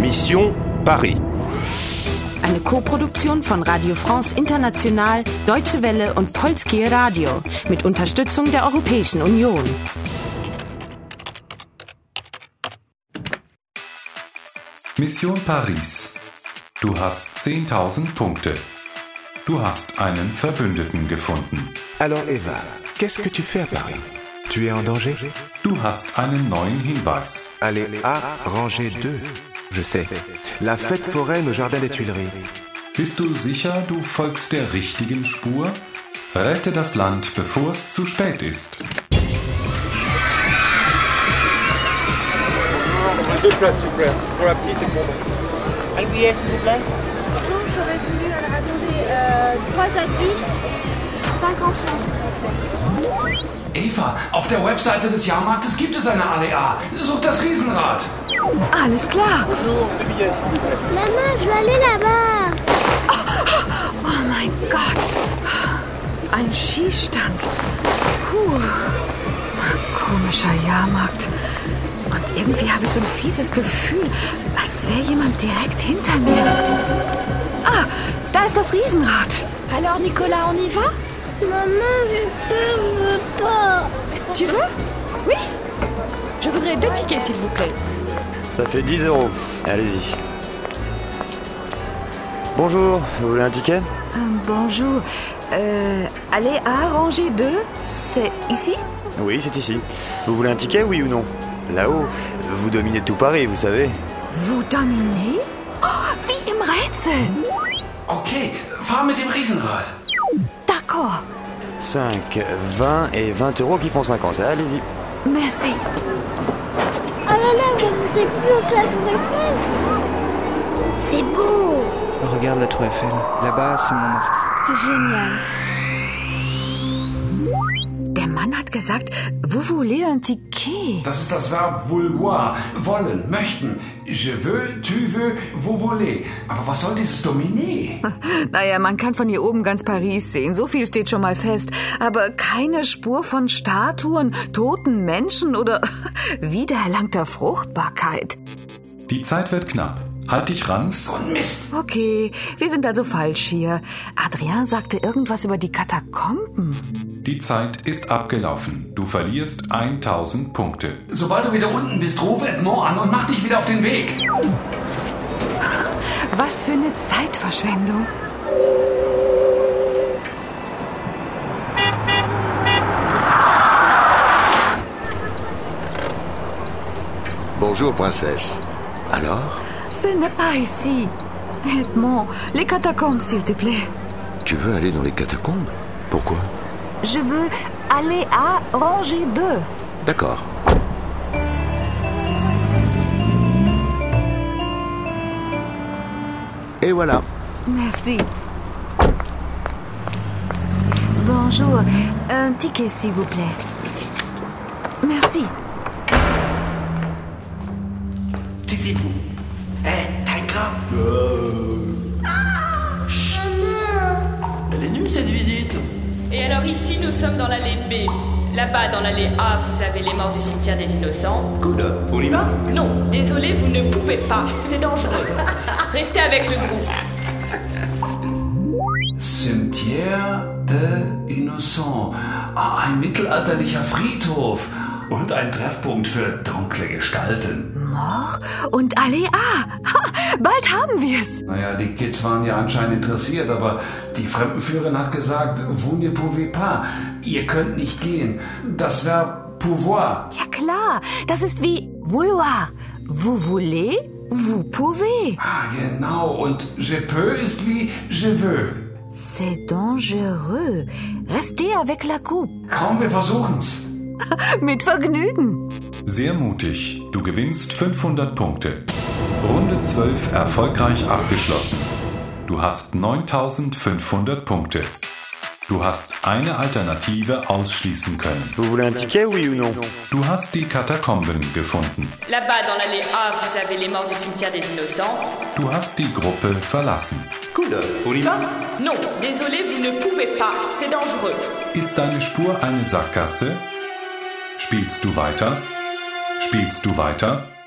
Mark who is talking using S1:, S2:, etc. S1: Mission Paris.
S2: Eine Koproduktion von Radio France International, Deutsche Welle und Polskie Radio mit Unterstützung der Europäischen Union.
S3: Mission Paris. Du hast 10.000 Punkte. Du hast einen Verbündeten gefunden.
S4: Alors Eva, qu'est-ce que tu fais à Paris Tu es en danger
S3: Du hast einen neuen Hinweis.
S4: Allez, A, rangée 2. Je sais. La fête foraine au Jardin des Tuileries.
S3: Bist du sicher, du folgst der richtigen Spur? Rette das Land, bevor es zu spät ist.
S5: Deux places, s'il vous plaît, pour la petite et pour moi.
S6: LBS, s'il vous plaît.
S7: Bonjour, j'aurais voulu alors attendez, euh, trois adultes et cinq enfants. s'il vous plaît.
S8: Eva, auf der Webseite des Jahrmarktes gibt es eine ADA. Such das Riesenrad.
S9: Alles klar.
S7: Maman, je vais aller là-bas.
S9: Oh mein Gott. Ein Skistand. Puh. Komischer Jahrmarkt. Und irgendwie habe ich so ein fieses Gefühl, als wäre jemand direkt hinter mir. Ah, da ist das Riesenrad.
S7: Alors Nicolas, on y va Maman, j'ai peur, je veux pas.
S9: Tu veux? Oui. Je voudrais deux tickets, s'il vous plaît.
S10: Ça fait 10 euros. Allez-y. Bonjour, vous voulez un ticket
S9: Euh, bonjour. Euh, allez à rangée 2. C'est ici?
S10: Oui, c'est ici. Vous voulez un ticket, oui ou non Là-haut, vous dominez tout Paris, vous savez.
S9: Vous dominez? Oh, wie im Rätsel.
S8: Okay, fahr mit dem Riesenrad.
S9: D'accord.
S10: 5, 20 et 20 euros qui font 50. Allez-y.
S9: Merci.
S7: Oh là là, vous n'êtes plus au la Tour Eiffel. C'est beau.
S11: Regarde la tour Eiffel. Là-bas, c'est Montmartre.
S7: C'est génial.
S9: Der Mann hat gesagt, vous voulez un ticket?
S8: Das ist das Verb vouloir. Wollen, möchten. Je veux, tu veux, vous voulez. Aber was soll dieses Dominé?
S9: Naja, man kann von hier oben ganz Paris sehen. So viel steht schon mal fest. Aber keine Spur von Statuen, toten Menschen oder wiedererlangter Fruchtbarkeit.
S3: Die Zeit wird knapp. Halt dich ran.
S8: So ein Oh, Mist.
S9: Okay, wir sind also falsch hier. Adrien sagte irgendwas über die Katakomben.
S3: Die Zeit ist abgelaufen. Du verlierst 1000 Punkte.
S8: Sobald du wieder unten bist, ruf Edmond an und mach dich wieder auf den Weg.
S9: Was für eine Zeitverschwendung.
S12: Bonjour, princesse. Alors
S9: Ce n'est pas ici. Edmond, les catacombes, s'il te plaît.
S12: Tu veux aller dans les catacombes Pourquoi
S9: Je veux aller à rangée 2.
S12: D'accord. Et voilà.
S9: Merci. Bonjour. Un ticket, s'il vous plaît. Merci.
S6: Taisez-vous. Hé, t'as un grain
S5: Elle est nulle cette visite.
S13: Et alors ici, nous sommes dans l'allée B. Là-bas, dans l'allée A, vous avez les morts du cimetière des innocents.
S5: Cool. On y va
S13: Non, désolé, vous ne pouvez pas. C'est dangereux. Restez avec le groupe.
S8: Cimetière de Innocents. Ah, ein mittelalterlicher Friedhof. Und ein Treffpunkt für dunkle Gestalten.
S9: Mor und Allee A. Ha, bald haben wir's.
S8: Naja, die Kids waren ja anscheinend interessiert, aber die Fremdenführerin hat gesagt, vous ne pouvez pas. Ihr könnt nicht gehen. Das Verb pouvoir.
S9: Ja klar, das ist wie vouloir. Vous voulez, vous pouvez.
S8: Ah, genau. Und je peux ist wie je veux.
S9: C'est dangereux. Restez avec la coupe.
S8: Kaum, wir versuchen's.
S9: Mit Vergnügen.
S3: Sehr mutig. Du gewinnst 500 Punkte. Runde 12 erfolgreich abgeschlossen. Du hast 9500 Punkte. Du hast eine Alternative ausschließen können.
S10: Vous voulez un ticket, oui ou non
S3: Du hast die Katakomben gefunden.
S13: Là-bas, dans l'allée A, vous avez les morts du cimetière des innocents.
S3: Du hast die Gruppe verlassen.
S5: Cool. On y va
S13: Non, désolé, vous ne pouvez pas. C'est dangereux.
S3: Ist deine Spur eine Sackgasse? Spielst du weiter? Spielst du weiter?